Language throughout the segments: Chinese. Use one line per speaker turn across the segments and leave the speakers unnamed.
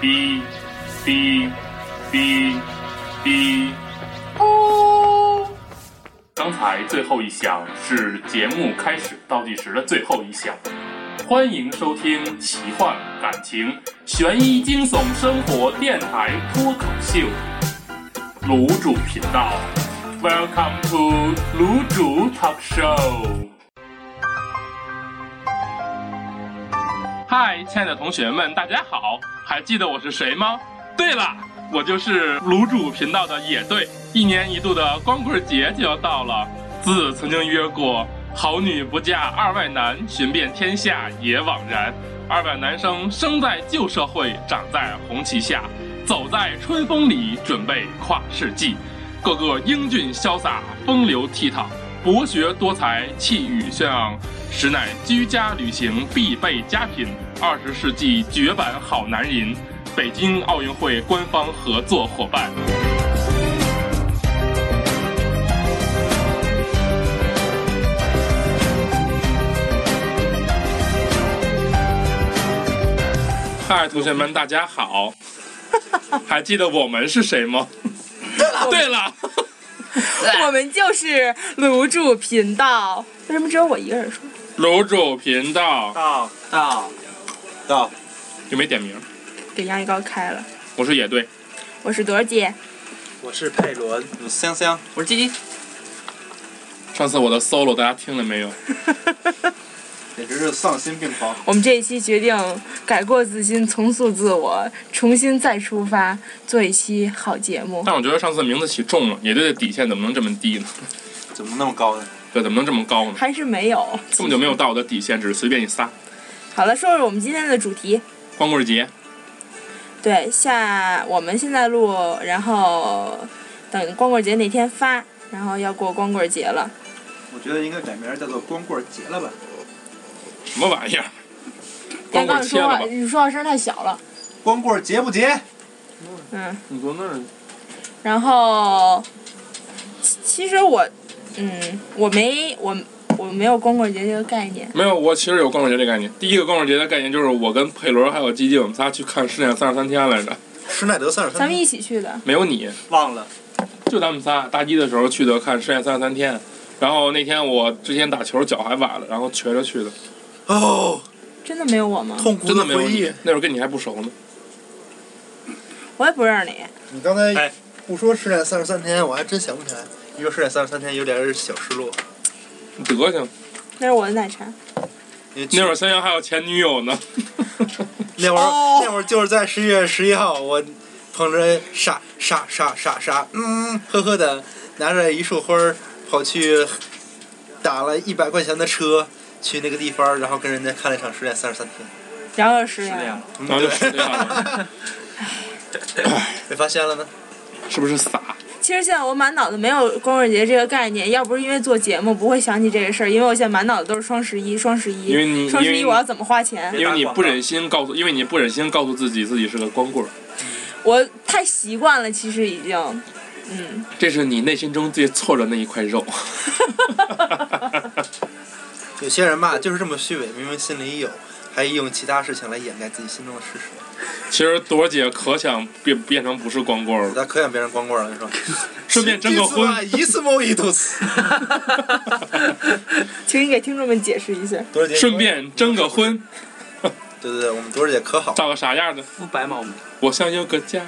哔哔哔哔。刚才最后一响是节目开始倒计时的最后一响。欢迎收听奇幻、感情、悬疑、惊悚、生活电台脱口秀，卤煮频道。Welcome to 卤煮 Talk Show。嗨，亲爱的同学们，大家好！还记得我是谁吗？对了，我就是卤煮频道的野队。一年一度的光棍节就要到了，自曾经约过“好女不嫁二外男，寻遍天下也枉然”。二外男生生在旧社会，长在红旗下，走在春风里，准备跨世纪。个个英俊潇洒，风流倜傥，博学多才，气宇轩昂，实乃居家旅行必备佳品，二十世纪绝版好男人，北京奥运会官方合作伙伴。嗨，同学们，大家好！还记得我们是谁吗？ 对了，
我们就是卤煮频道。为什么只有我一个人说？
楼主频道
到到到，
就没点名，
给杨一高开了。
我是野队。
我是朵儿姐，
我是佩伦，我是香香，我是鸡鸡，
上次我的 solo 大家听了没有？
简直是丧心病狂。
我们这一期决定改过自新，重塑自我，重新再出发，做一期好节目。
但我觉得上次名字起重了，野队的底线怎么能这么低呢？
怎么那么高呢？
对，怎么能这么高呢？
还是没有。
根本就没有到我的底线，只是随便一撒。
好了，说说我们今天的主题。
光棍节，
对，下我们现在录，然后等光棍节那天发，然后要过光棍节了。
我觉得应该改名叫做光棍节了吧？
什么玩意儿？光
刚
棍
刚你
切
说
了
话，
吧？
你说话声太小了。
光棍节不节？
嗯。
你坐那儿，
然后，其其实我，嗯，我没我我没有光棍节这个概念。
没有，我其实有光棍节这概念。第一个光棍节的概念就是我跟佩伦还有基基，我们仨去看《失恋三十三天》来着，
施耐德三十
咱们一起去的，
没有你，
忘了，
就咱们仨。大一的时候去的看《失恋三十三天》，然后那天我之前打球脚还崴了，然后瘸着去的，
哦，
真的没有我吗？
痛苦
真的没有
回
你
忆。。
那会儿跟你还不熟呢。
我也不认识你。
你刚才
哎
不说失恋三十三天，我还真想不起来。一说失恋三十三天，有点小失落。
德行，
那是我的奶茶。
因为去
那会儿三阳还有前女友呢，
那会儿
哦
那会儿就是在十一月十一号，我捧着傻傻傻傻傻，嗯，呵呵的，拿着一束花儿跑去打了一百块钱的车去那个地方，然后跟人家看了一场《失恋三十三天
然后失恋了，》。
嗯
然后就
对，
失恋了，
被发现了呢。
是不是傻？
其实现在我满脑子没有光棍节这个概念，要不是因为做节目不会想起这个事儿，因为我现在满脑子都是双十一，双十
因为
一，
你
双
因
十
为
一我要怎么花钱？
因为你不忍心告诉，因为你不忍心告诉自己自己是个光棍儿，
我太习惯了，其实已经，嗯，
这是你内心中最挫的那一块肉。
有些人吧，就是这么虚伪，明明心里有，还用其他事情来掩盖自己心中的事实。
其实朵儿姐可想变变成不是光棍儿了，
那可想别人光棍了，你说？
顺便征个婚。，
一次某一 度死。
请你给听众们解释一 下。
多少姐？
顺便征个婚，
对对对，我们多少姐可好？
找个啥 样的？
不白毛吗？
我想有个家，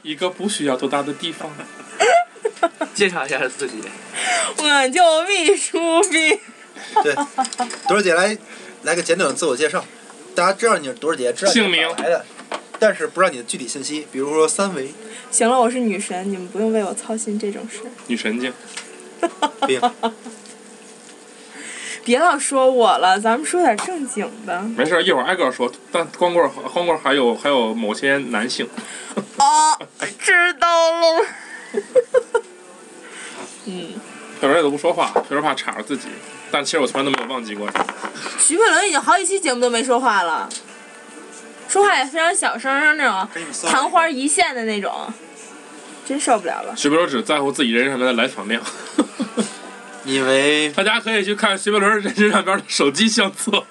一个不需要多大的地方。
介绍一下自己，
我就秘书病。
对，朵儿姐来来个简短的自我介绍，大家知道你是朵儿姐，知道你是
姓名
哪儿来的，但是不知道你的具体信息，比如说三维，
行了，我是女神，你们不用为我操心这种事。
女神经，
病，
别老说我了，咱们说点正经的。
没事儿，一会儿挨个儿说。但光棍儿，光棍儿还有还有某些男性，
哦，知道了。嗯，
有时候也都不说话，有时候怕插着自己。但其实我从来都没有忘记过你。
徐佩伦已经好几期节目都没说话了，说话也非常小声，像那种昙花一现的那种，真受不了了。
徐培伦只在乎自己人生上面的来访量。
你以为
大家可以去看徐培伦人生上边的手机相册。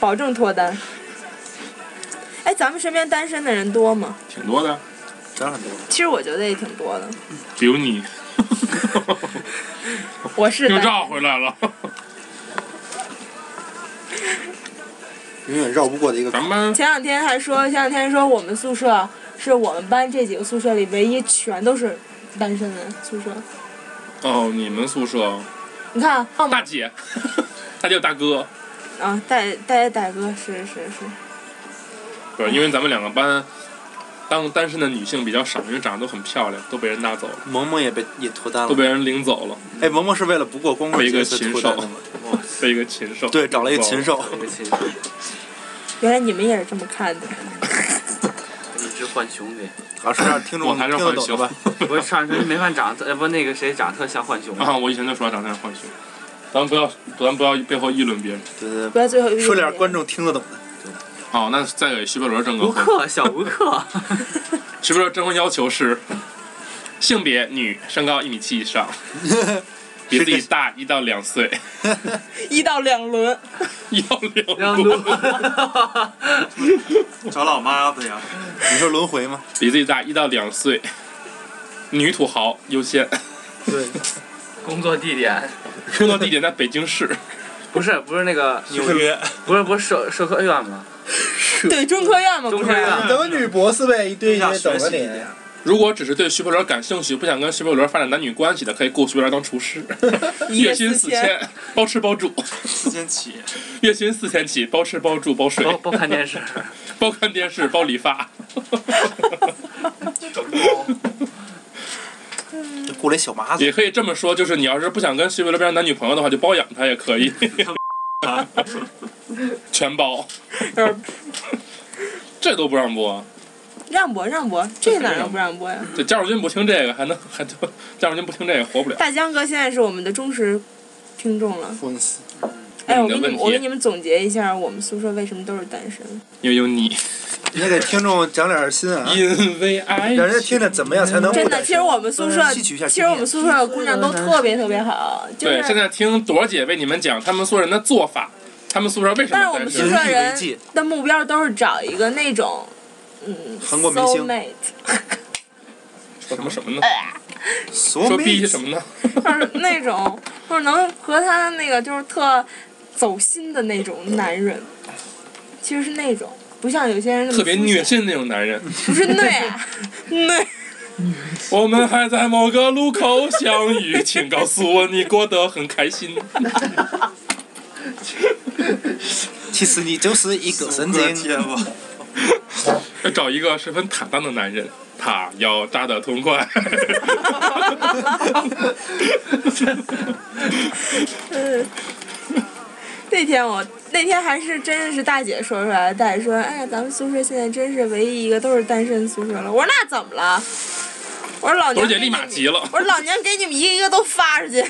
保证脱单。哎，咱们身边单身的人多吗？
挺多的，
当然多了。
其实我觉得也挺多的。
比如你，
我是
又
单
绕回来了。
永远绕不过的一个
咱
坎。
们
前两天还说，前两天说我们宿舍是我们班这几个宿舍里唯一全都是单身的宿舍。
哦，你们宿舍
你看，澳门
大姐，大姐有大哥，
啊，戴戴戴哥是是是，
不是因为咱们两个班。当单身的女性比较少，因为长得都很漂亮，都被人拿走了，
萌萌也被也脱单
都
了。
被人领走了，
哎，萌萌是为了不过光棍节才脱单的吗？
被一个禽兽。
对，找了一个禽。兽。
有一个亲，
原来你们也是这么看的。
一只浣熊呗。
好，啊说让听
我
众
还
听
是
得
浣
懂的
熊
吧。
我上次没饭长得，呃不那个谁长得特像浣熊。
啊！我以前就说长得像浣熊，咱不要，咱不要背后议论别人。
对对
不要最后一
对，
个
说点
点
观众听得懂的。
好，那再给徐伯伦正个
吴
婚。
克，小吴克，
徐伯伦征婚要求是：性别女，身高一米七以 上，比自己大一到两岁，
一到两轮，
要
让
两
路
多，。
找老妈子呀！
你说轮回吗？
比自己大一到两岁，女土豪优先，
对，
工作地点
工作地点在北京市。
不是不是那个
纽约，
不是不是社社科院吗？
对中科院嘛，
中
不
科
是
院
等女博士呗，一堆一
要
堆
学
等着
习一
你。
点。
如果只是对徐伯伦感兴趣，不想跟徐伯伦发展男女关系的，可以雇徐伯伦当厨师，月薪四
千，
千，包吃包住，
四千起，
月薪四千起，包吃包住包睡，
哦
包包看电视，
包看电视，包理发。
雇了一小麻子，
也可以这么说，就是你要是不想跟徐伟伦变成男女朋友的话，就包养他也可以，全包，这都不让播。
让播让播，这哪能不让播呀？
这加入军不听这个，还能还就加入军不听这个活不了。
大江哥现在是我们的忠实听众了。
粉丝
哎，我
你的
给你
问
们，
题
我给你们总结一下，我们宿舍为什么都是单身。
因为有你，
你也给听众讲点新啊，
因为爱
让人家听着怎么样才能
哎真的，其实我们宿舍，
吸取一下
其
经
实我们
验。
宿舍的姑娘都特别特别好，就
对，现
是。
在听朵儿姐为你们讲他们宿舍人的做法，他们宿舍为什
但是
么
我们
单
宿
身
舍
引以为
人
戒
的目标都是找一个那种，嗯，
韩国明星
soulmate
说什么什么呢？
哎
说
说逼什么呢？
就是那种，就是能和他那个就是特走心的那种男人，其实是那种，不像有些人那么
特别
肤
虐
浅，
心那种男人。
不是虐啊，虐。
我们还在某个路口相遇，请告诉我你过得很开心。
其实你就是一个神经。
天吧！
要找一个十分坦荡的男人，他要扎得 痛快。
那天我那天还是真是大姐说出来的，大姐说：“哎呀，咱们宿舍现在真是唯一一个都是单身宿舍了。”我说：“那怎么了？”我说：“老
朵
娘
姐
给
立
你
马
们
急了，
我说：“老娘给你们一个一个都发出去。”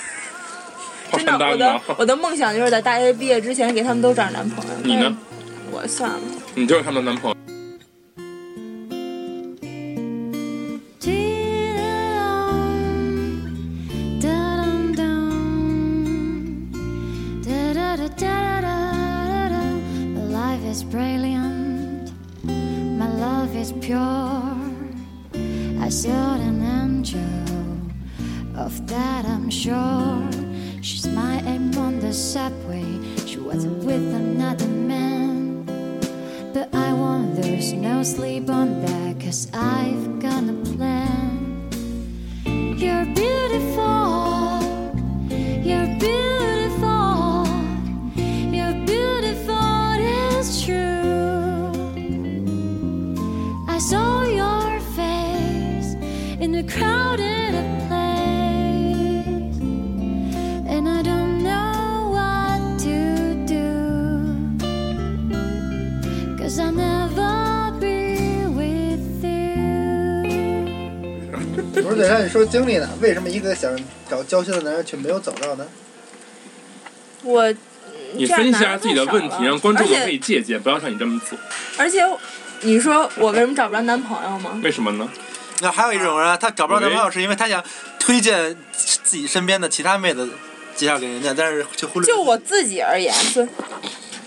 好
真的我
承，担
的
吗？
我的梦想就是在大学毕业之前给他们都找男朋友。哎
你呢？
我算了，
你就是他们的男朋友。
My life is brilliant, my love is pure. I saw an angel, of that I'm sure. She's my aim on the subway. She was with another man. But I won't lose no sleep on that, cause I've got a plan. You're beautiful, you're beautiful, you're beautiful, it's true. I saw your face in a crowded place, and I don't know what to do. Cause I'll never be with you.
我说得让你说经历呢，为什么一个想找交心的男人却没有找到呢？
我
你分析一下自己的问题，让观众们可以借鉴，不要像你这么做。
而且你说我为什么找不着男朋友吗？
为什么呢？
那还有一种啊人，他找不着男朋友是因为他想推荐自己身边的其他妹子介绍给人家，但是就忽略。
就我自己而言，就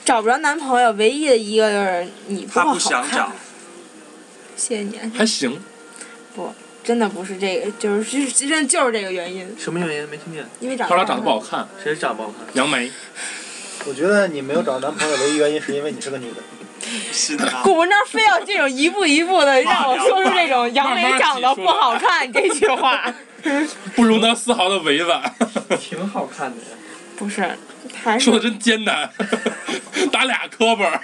找不着男朋友，唯一的一个就是你不
他
好
不想
看
找。
谢谢你啊，
还行，
真的不是这个，就是真真就是这个原因，
什么原因？没听见？
因为长
他
得
俩长得不好看，
谁长得不好 看？
杨梅。
我觉得你没有找到男朋友的唯一原因是因为你是个女的。
心啊，
古文章非要这种一步一步的让我说出这种杨
慢
梅
慢
长得不
挤出来
好看这句话，
不容他丝毫的委婉，
挺好看的呀。
不是，还
说的
是
真艰难， 打俩磕巴儿。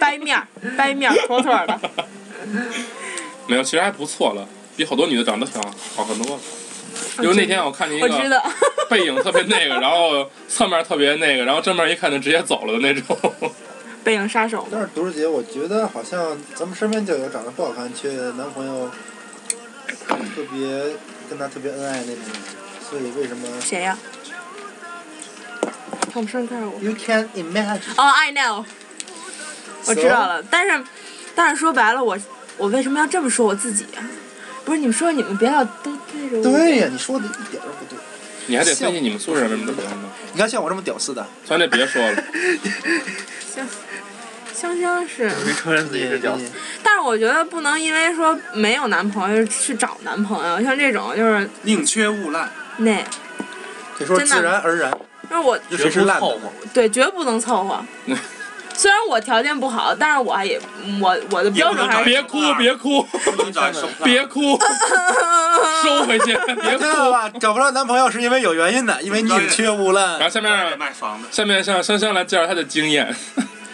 掰面儿掰 面儿妥妥的。
没有，其实还不错了，比好多女的长得挺好好看多了。就是那天我看见一
我知
个
道，
背影特别那个，然后侧面特别那个，然后正面一看就直接走了的那 种。
背影杀手
但是独儿姐，我觉得好像咱们身边就有长得不好看却男朋友特别跟她特别恩爱那种，所以为什么
谁呀、看不上告诉我。
？You can imagine。
哦、i know，我知道了。但是，但是说白了，我我为什么要这么说我自己啊？不是你们说你们不要都对着我。
对呀，你说的一点儿都不对。
你还得分析你们宿舍人为什么都不看呢？
你看像我这么屌丝的，
咱这别说了，
香香是，
没承认自己是屌丝。
但是我觉得不能因为说没有男朋友去找男朋友，像这种就是
宁缺毋滥。
那，
这说
真的
自然而然，
就是我
就谁是烂的嘛。
对绝不能凑 合。虽然我条件不好，但是我还也我我的标准还是
别 哭，别哭，
不能找一生
别哭，收回 去，别
知道
哭。
吧？找不着男朋友是因为有原因的，因为宁缺
然后
毋 滥。
下
在
面
卖房的，
下面让香香来介绍她的经验。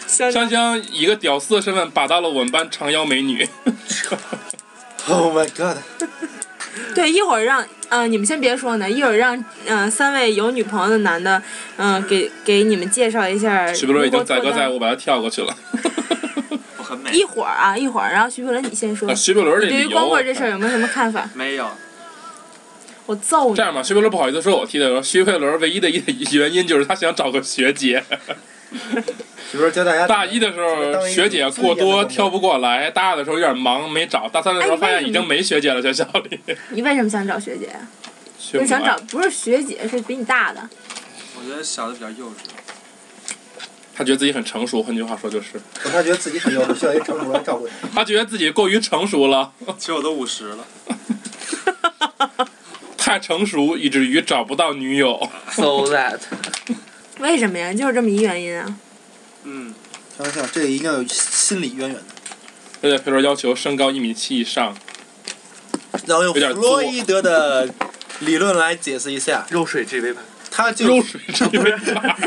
香
香香以一个屌丝的身份把到了我们班长腰美女，
Oh my god！
对，一会儿让嗯、你们先别说呢，一会儿让嗯、呃三位有女朋友的男的，嗯、给给你们介绍一下。
许不伦已经载歌载
舞。
舞把她跳过 去了。
我很美
一。会儿啊，一会儿，然后徐碧伦你先说
啊，。徐碧伦这
对于
理
光
由
棍，这事儿有没有什么看法？
没有，
我揍你
这！样吧，徐碧伦不好意思说我踢的时候，徐碧伦唯一的一原因就是她想找个学姐。
比如说教大家
大一的时候学姐过多挑不过来，大二的时候有点忙没找，大三的时
哎
候发现已经没学姐了，学校里。
你为什么想找学姐呀？
学
就是
不
想找
来，
不是学姐，是比你大的。
我觉得小的比较幼稚。
她觉得自己很成熟，换句话说就是，
我他觉得自己很幼稚，需要一成熟来照顾他。
她觉得自己过于成熟了，
其实我都五十了，
太成熟以至于找不到女友。
So that
为什么呀？就是这么一原因啊。
嗯，
想想这一定要有心理渊源的，
而且佩罗要求身高一米七以上，
然后
有
用
点
弗洛伊德的理论来解释一下，
肉水至微盘，
他就
肉水这么大，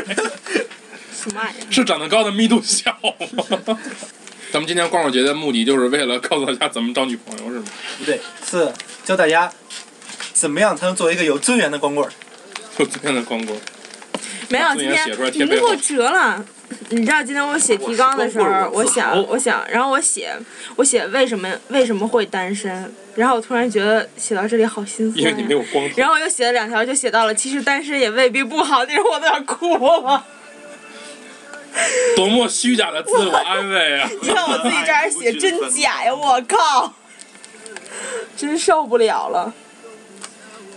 什么玩意儿？
是长得高的密度小吗？咱们今天光棍节的目的就是为了告诉大家怎么找女朋友，是吗？
不 对，是教大家怎么样才能作为一个有尊严的光棍儿。
就今天的光棍，
没有，
把
今
尊
天
严写出来
你
贴
们
背
给
后
我折了。你知道今天我写提纲的时候
我是，光棍
我
我自豪
想，我想，然后我写，我写为什么为什么会单身，然后我突然觉得写到这里好心酸
因
呀、
为你没有光头。
然后我又写了两条，就写到了其实单身也未必不好，那时候我都要哭了。
多么虚假的自我安慰 啊！
你看我自己这 儿写真假呀，我靠，真受不了了。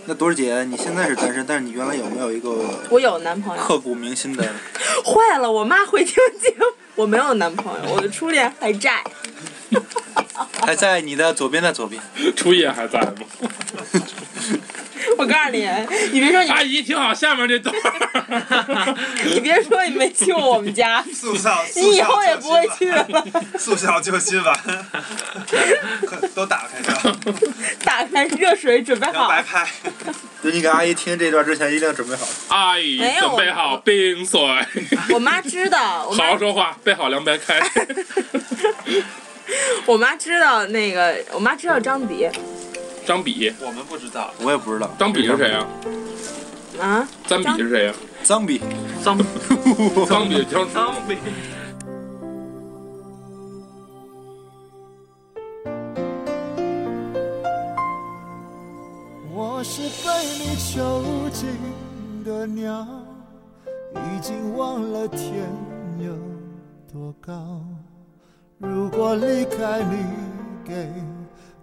那朵儿姐，你现在是单身，但是你原来有没有一个
我有男朋友，
刻骨铭心的？
坏了，我妈会听节目。 我没有男朋友，我的初恋还在。
还在你的左边的左边。
初夜还在吗？
我告诉你，你别说你
阿姨听好下面这段 儿。
你别说你没去过我们家，
速效，
你以后也不会去了。
速效救心丸，快都打开它，
打开热水，准备
要
好。
白拍。
就你给阿姨听这段之前，一定要准备好。
阿姨
没有
准备好冰水，
我妈知道，我
好
妈
好说话，备好凉白 开。
我妈知道那个，我妈知道张迪
张比，
我们不知道，
我也不知道。
张比是谁呀、
啊，
张比是谁呀、
脏逼。
脏
张比张
脏呗。
我是被你囚禁的鸟，已经忘了天有多高。如果离开你给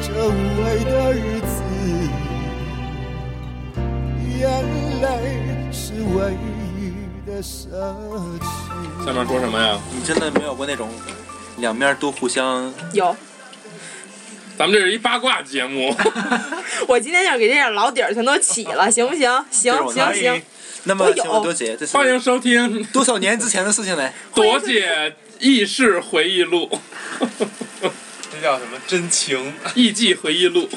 这无味的日子，眼泪是唯一的奢侈。
下面说什么呀？
你真的没有过那种两面都互相
有，
咱们这是一八卦节 目，
我今天就给这点老底儿全都起了，行不行？行
这种
行
的
行，
那
我
么，
有
请问多姐，这是
欢迎收听《
多少年之前的事情嘞？
朵姐轶事回忆录》
这叫什么真 情？
《艺伎回忆录》。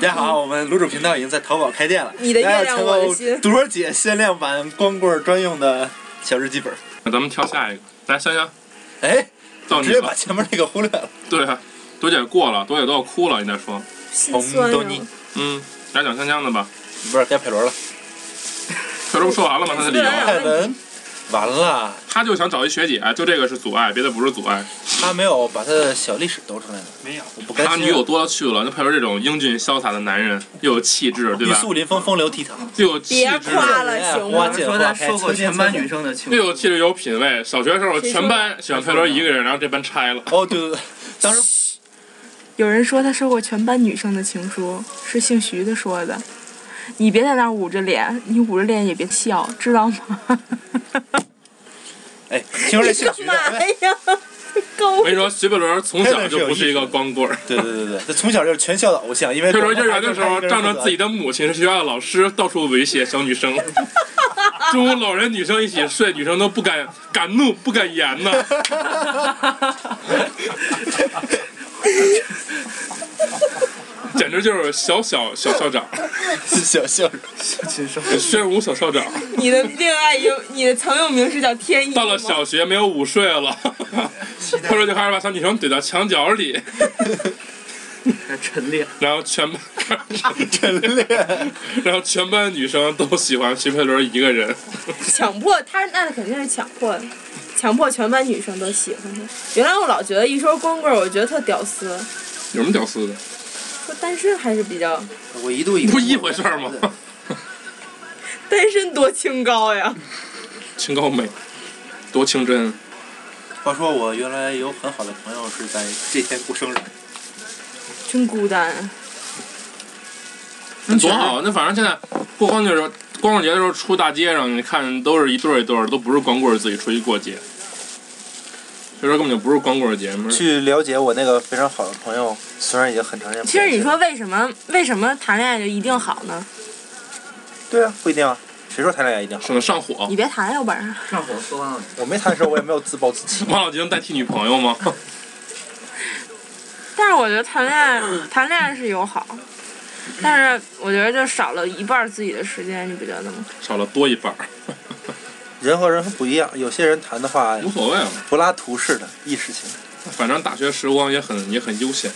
大家好，我们卤煮频道已经在淘宝开店了。
你的月亮
大家请
我的 心
朵姐限量版光棍专用的小日记本。
那咱们挑下一个，来香香，
哎，
到你
直接把
了。
前面那个忽略了。
对啊，朵姐过了，朵姐都要哭了，你再说。
心酸
红豆
啊
泥
嗯，来讲香香的吧。
不是该佩伦 了。
这不说完了吗？他的理由，
啊
泰文，完了，
他就想找一学姐，哎就这个是阻碍，别的不是阻碍。
他没有把他的小历史兜出来呢。
没有，
我不甘
他
心。啊
女友多了去了，那配合这种英俊潇洒的男人，又有气质，对
玉
吧？
树临风，风流倜傥。
又有气
别
质，
夸了行
花
吗？
见
说
花
他
开
收获全班女。
春天
生的青睐。
又有气质，又有品味。小学的时候，全班喜欢佩伦一个人，然后这班拆了。
散哦，对对对，当时
有人说他收过全班女生的情书，是姓徐的说的。你别在那儿捂着脸，你捂着脸也别笑，知道 吗？
哎，听说这姓
干
徐的，
嘛
哎
呀？ 够
我跟你说，徐佩伦从小就不是一个光棍儿。
对对对 对，他从小就是全校的偶像，因为
佩伦幼儿园的时候，
他一个人
仗着
负责
自己的母亲是学校的老师，到处猥亵小女生。 中午搂人女生一起睡，女生都不敢敢怒不敢言呢。 简直就是小小小校长，
小校长，
宣武小校长。
你的恋爱有你的曾用名是叫天意
到了
吗
小学没有午睡了，他说就开始把小女生怼到墙角里，
陈列，
然后全班，
真恋，
然后全班女生都喜欢徐佩伦一个人。
强迫他那肯定是强迫的，强迫全班女生都喜欢他。原来我老觉得一说光棍儿，我觉得特屌丝，
有什么屌丝的？
说单身还是比较
我一度以为
不是一回事儿吗？
单身多清高呀。
清高美，多清真。
话说我原来有很好的朋友是在这天过生日，
真孤单，啊
嗯多好！啊那反正现在过光棍节，光棍节的时候出大街上，你看都是一对儿一对儿，都不是光棍儿自己出去过节。所以说根本就不是光棍儿节，没人
去了解我那个非常好的朋友，虽然已经很长时间不
其实
联系了。
你说为什么为什么谈恋爱就一定好呢？
对啊，不一定啊。谁说谈恋爱一定好？
省得上火。
你别谈了，要不然啊
上火说忘了。
我没谈的时候，我也没有自暴自 弃。
王老吉能代替女朋友吗？
但是我觉得谈恋爱，谈恋爱是有好，但是我觉得就少了一半自己的时间，你不觉得吗？
少了多一半儿，
人和人不一样，有些人谈的话
无所谓了。
柏拉图式的意识形态。
反正大学时光也很也很悠闲。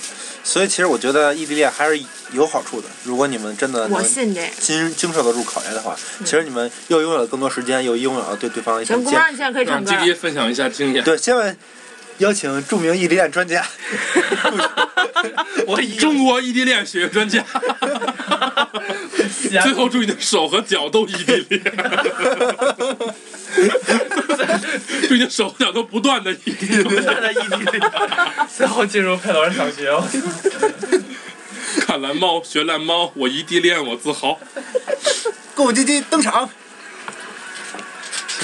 所以其实我觉得异地恋还是有好处的。如果你们真的
我
能
信这个。
经经受得住考验的话，其实你们又拥有了更多时间，又拥有了对对方的一
行，
份
姑
见
妈，你现在可以唱
让
歌
基
了。
迪分享一下经验。
对，千万邀请著名异地恋专家。
我以
中国异地恋学专家，最后祝你的手和脚都异地恋，祝你的手和脚都不断的异地恋。
在异地恋，最后进入佩伦小学。
看蓝猫学蓝猫，我异地恋我自豪。
顾晶晶登场。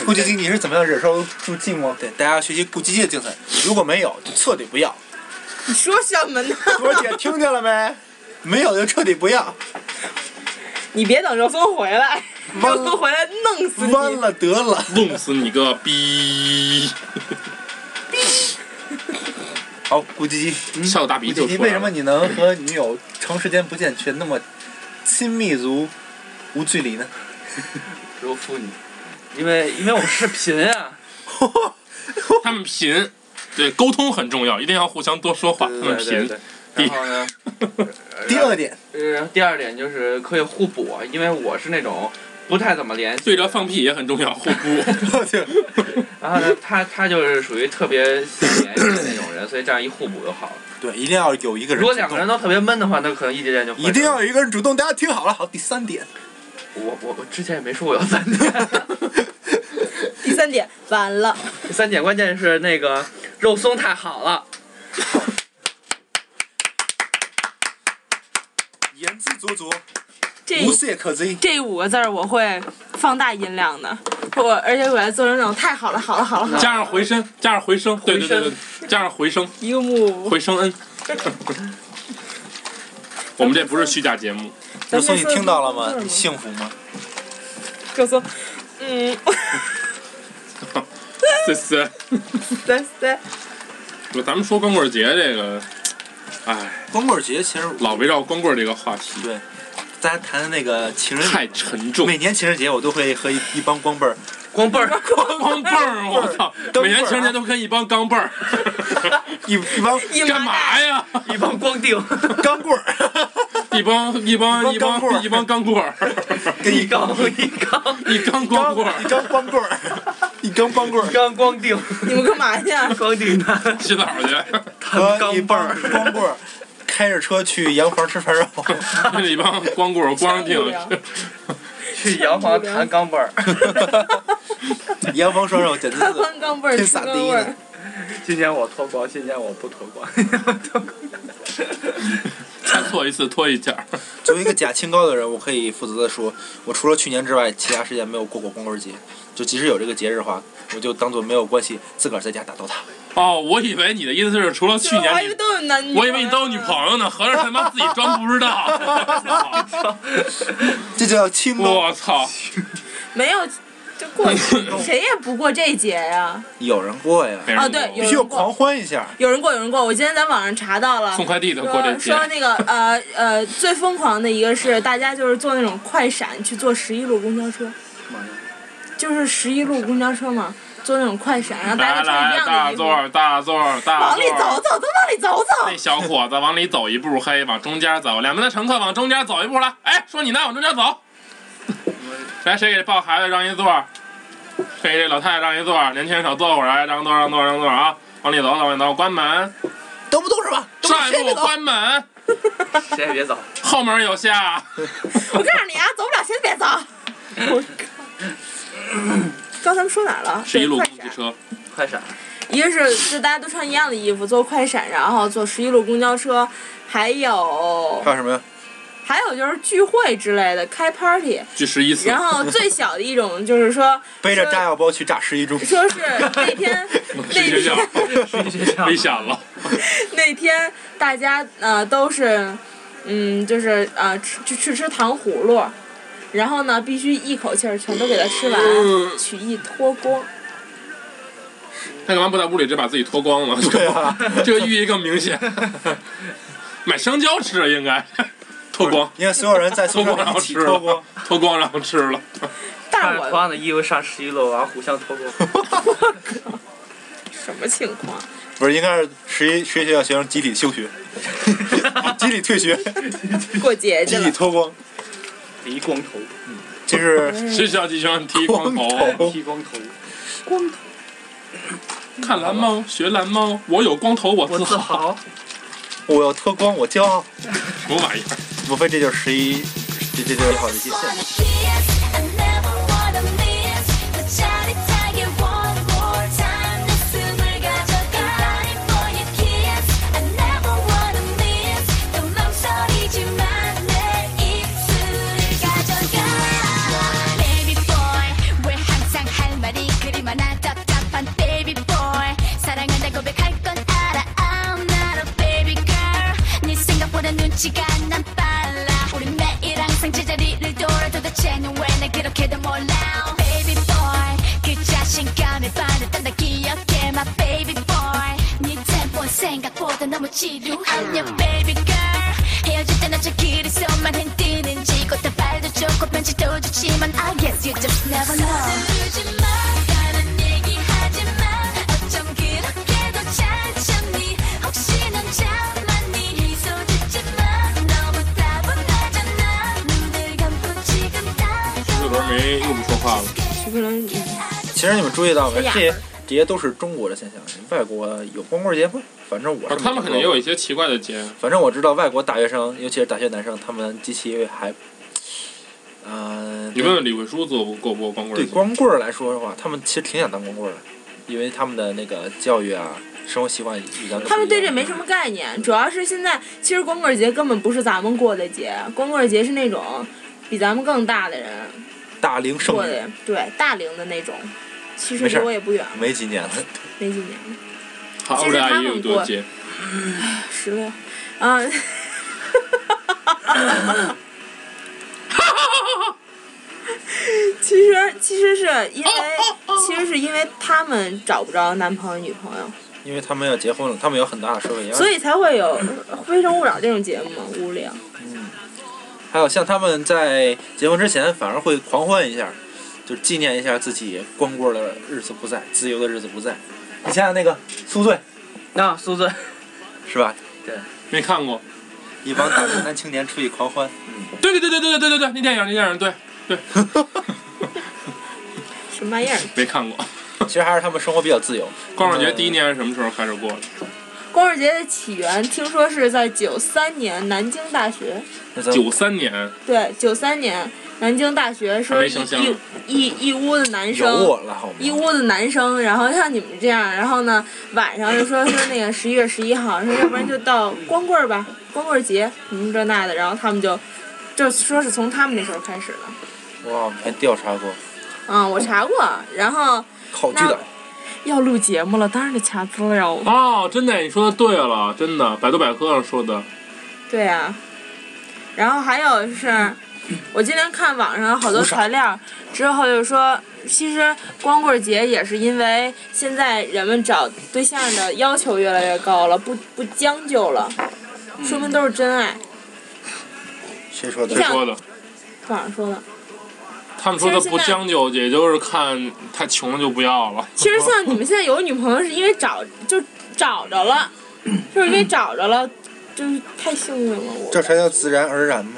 顾晶晶，你是怎么样忍受住寂寞？
对，大家学习顾晶晶的精神，如果没有就彻底 不要。
你说什么呢？
朵姐听见了没？没有就彻底不要，
你别等肉松回来，
弯
肉松回来弄死
弯
你！
了得了。
弄死你个逼！
好，古吉吉，嗯
笑大鼻
古
就
吉
出来了
吉，为什么你能和女友长时间不见却那么亲密如无距离呢？
如妇女，因为因为我是贫啊，
他们贫，对沟通很重要，一定要互相多说话。他
对
嗯
们
对
贫
对，。然后呢，
第二点，
呃，第二点就是可以互补啊，因为我是那种不太怎么联系，
对着放屁也很重要，互补。
我去，
然后呢，他他就是属于特别想联系的那种人，所以这样一互补就好了。
对，一定要有一个人
如
主
果两个
动，
人都特别闷的话，那可能异地恋就会
一定要有一个人主动。大家听好了，好，第三点，
我我我之前也没说我要三点，
第三点，完了，
第 三点关键是那个肉松太好了，
言之灼灼，
这
无懈可击。
这五个字儿我会放大音量的，我而且我还做成那种太好了，好了，好了，好了，
加上回声，加上回声，对对对对，加上回声，
一个木，
回声 恩。我们这不是虚假节 目，
肉松，你听到了吗？
咱们
你幸福吗？
就说，嗯，
这是
对对，
咱们说光棍节这个，哎，
光棍节其实
老围绕光棍这个话题
对，大家谈的那个情人节，
太沉重。
每年情人节我都会和一一帮光棍儿
光倍儿。
光棍儿，我操！
灯
每年
棍儿
情人节
啊
都跟一帮钢镚儿，
一一帮
一麻
干嘛
袋
呀？
一帮光腚，
钢棍儿，
一帮一帮一
一帮钢棍儿
帮一帮钢棍儿，
跟
一
一
缸一缸
一帮 光棍
一
儿。
钢光棍儿，一钢光棍
一
儿
缸光腚，
你们干嘛去啊？
光腚男，
洗澡 去，
和一
钢棒
帮
儿
光棍儿开着车去洋房吃涮肉，
一帮光棍儿光
真无聊
腚，
去洋房弹钢镚儿，
洋房涮肉简直
刚
是
刚刚味儿，
挺傻
刚
逼
味儿
的。
今年我脱光，今年我不脱 光，我脱光。
再错一次脱一件儿。
作为一个假清高的人，我可以负责的说，我除了去年之外，其他时间没有过过光棍节。就即使有这个节日的话，我就当做没有关系，自个儿在家打 DOTA。
哦，我以为你的意思是除了去
我还
年
以
你
为。都有男女，
我以为你都有女朋友呢，合着他妈自己装不 知道。
这叫清高。
我操！
哦没有，就过 谁也不过这节呀、
有人过呀，
没人
哦，对，
过
有
必须要
人过，
狂欢一下。
有人过，有人过。我今天在网上查到了
送。快递的过这
说
节
说，那个呃呃，最疯狂的一个是大家就是坐那种快闪去坐十一路公交车，就是十一路公交车嘛，坐那种快闪，然后大家
来
都穿一
来，
样
大
的衣服，
座儿大座儿大
往里
座儿
走走，都往里走走
那。小伙子往里走一步黑，往中间走，两边的乘客往中间走一步了。哎，说你呢，往中间走。来，谁给抱孩子让一座儿？谁给这老太太让一座儿？年轻人少坐会儿，哎，让座让座让座啊！往里走，往里走，关门，
都不动是吧？都不
上一
谁
步
别动。
关门，
谁也别走，
后门有下。
我告诉你啊，走不了，先别走。 我靠！刚才们说哪儿了？
十一路
对快
公
闪
汽车，
快闪！
一个是就大家都穿一样的衣服坐快闪，然后坐十一路公交车，还有
还有什么呀？
还有就是聚会之类的开 party，
去十一次
然，后最小的一种就是说
背着炸药包去炸十一 中。
说是那天 那
学校
天
去学校
危险了。
那天大家呃都是，嗯，就是呃吃去去吃糖葫芦，然后呢必须一口气儿全都给它吃完，取一脱光。
他干嘛不在屋里直接把自己脱光了？
对啊，
这个寓意更明显。买香蕉吃应该，脱光，
因为所有人在宿
脱
舍
光然
里
后
一起
吃
脱光
了。，脱光然后吃了。
但
穿
是
着同
我
样的衣服上十一楼，然后互相脱光。
什么情况？
不是，应该是十一十一学校学生集体 休学，集体退学，
过节去
集 体
了，
脱光。
剃光头，
这是
学校集中剃光头。
哦
剃光头，
看蓝猫，学蓝猫，我有光头，我
我
自
自
豪。
豪。
我要脱光，我骄傲。
什么玩意儿？
无非这就是十一，这这就是好的界限。
네 눈치가 난 빨라 그 우리 매일 항상 제자리를 돌아 도대체 넌왜 하다 네 너무 지루하냐 baby girl 헤어질 때나 저 길에서만 흔드는지 꽃다 발도 좋고 편지도 좋지만 I guess you just never know 서두르지 마 다른 얘기하지 마 어쩜 그렇게도 잘 참니 혹시 넌 참았니 미소 짓지 마 너무 따분하잖아 눈들 감고 지금 다
四轮没又不说话了。
徐克伦，嗯
其实你们注意到没？
是
这
呀
些这些都是中国的现象，外国有光棍节吗？反正我
啊
是
他们肯定也有一些奇怪的节，
反正我知道外国大学生，尤其是大学男生，他们极其还，嗯、
你问问李慧书做不过不过光棍
对
节？
光棍儿来说的话，他们其实挺想当光棍儿的，因为他们的那个教育啊、生活习惯与咱们
他们对这没
么
什么概念，主要是现在其实光棍节根本不是咱们过的节，光棍节是那种比咱们更大的人
大龄剩
过
女，
的，对大龄的那种。其实
没事
离
儿
我也不远，
没几年了。
没几年了，
好，
其
我
实他
俩
们
也有多节，
十六，啊， 其实其实是因为其实是因为他们找不着男朋友女朋友，
因为他们要结婚了，他们有很大的社会压力。
所以才会有《非诚勿扰》这种节目嘛，无聊。
还有像他们在结婚之前反而会狂欢一下，就纪念一下自己光棍的日子不在，自由的日子不在。你想想那个宿醉
那苏子，
是吧？
没看过。
一帮大龄男青年出去狂欢，
对对对对对对对对，那电影那电影对对，
什么玩意儿？
没看过。
其实还是他们生活比较自由。
光棍节第一年是什么时候开始过的？
光棍节的起源听说是在九三年南京大学，
那咱
九三年，
对，九三年南京大学
还
说
没
一
生香呢
一一一屋子男
有
生，
我了好吗？
一屋子男生，然后像你们这样，然后呢晚上就说说那个十一月十一号，说要不然就到光棍儿吧，光棍儿节什么这那的，然后他们就就说是从他们那时候开始的。
哇，还调查过，
嗯，我查过，然后
考据的。
要录节目了，当然得查资料了。
哦，真的，你说的对了，真的，百度百科上说的。
对啊，然后还有是，我今天看网上好多材料，之后就说，其实光棍节也是因为现在人们找对象的要求越来越高了，不不将就了，说明都是真爱。
谁说的
谁？说的？
网上说的，
他们说的不将就，也就是看太穷了就不要了。
其实像你们现在有女朋友，是因为找就找着了，就是因为找着了，就是太幸运了。我
这才叫自然而然嘛。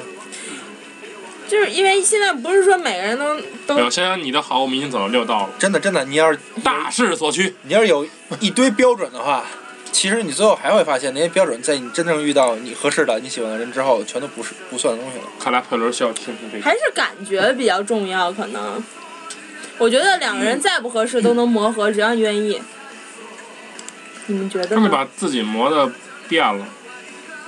就是因为现在不是说每个人都都
没有，想想你的好，我们已经走到六 道了，
真的真的，你要是
大势所趋。
你要是有一堆标准的话，其实你最后还会发现，那些标准在你真正遇到你合适的、你喜欢的人之后，全都不是不算东西了。
看来佩伦需要听听这个。
还是感觉比较重要，可能。我觉得两个人再不合适都能磨合，只要你愿意。你们觉得
他们
呢？
把自己磨的变了，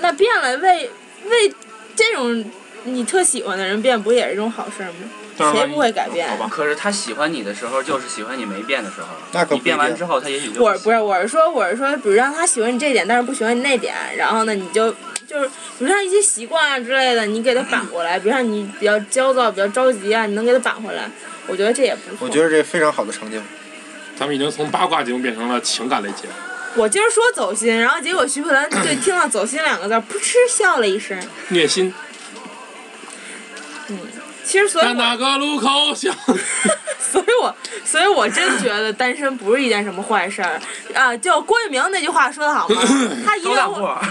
那变了为为这种你特喜欢的人变，不也是一种好事吗？
但是
谁
万一
不会改变
好吧，
可是他喜欢你的时候，就是喜欢你没变的时候。
那可
你
不一定
变完之后，他也许就
我不是，我是说，我是说，比如让他喜欢你这点，但是不喜欢你那点，然后呢，你就就是，比如像一些习惯啊之类的，你给他扳过来。比如像你比较焦躁、比较着急啊，你能给他扳回来，我觉得这也不错。
我觉得这非常好的成就。
咱们已经从八卦节目变成了情感类节目。
我今儿说走心，然后结果徐佩兰 对听到“走心”两个字儿，噗嗤笑了一声。
虐心，
其实，所以
在
我，
哪个路口想？
所以我，所以我真觉得单身不是一件什么坏事儿啊！就郭敬明那句话说的好吗？ 他一定
走两
会，
步
说
啊。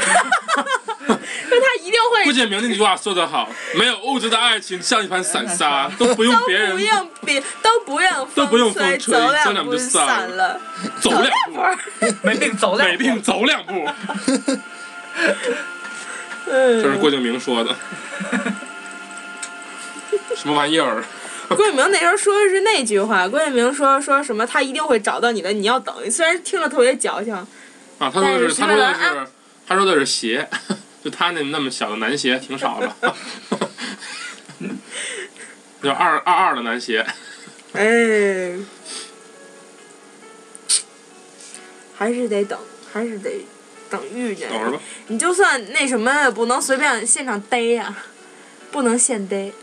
他一定
顾
会，
建明那句话说得好，没有物质的爱情像一盘散 沙，都不用
都
别
不
人
用别，都不用
都不用
吹，
风吹
走
走
两
两步
步
就散
散了，
走
走
两
两
步
步，儿。
没病走两
没
步
病走两步，这是
嗯，
郭敬明说的。什么玩意儿？
郭敬明那时候说的是那句话，郭敬明说说什么他一定会找到你的，你要等。虽然听着特别矫情，
啊，他说的是，他
但
说
是
的
徐克
是，他说的是鞋， 就他那那么小的男鞋挺少的， 就二二二的男鞋。
哎，还是得等，还是得等遇见。
等会儿吧，
你就算那什么，也不能随便现场逮呀、不能现逮。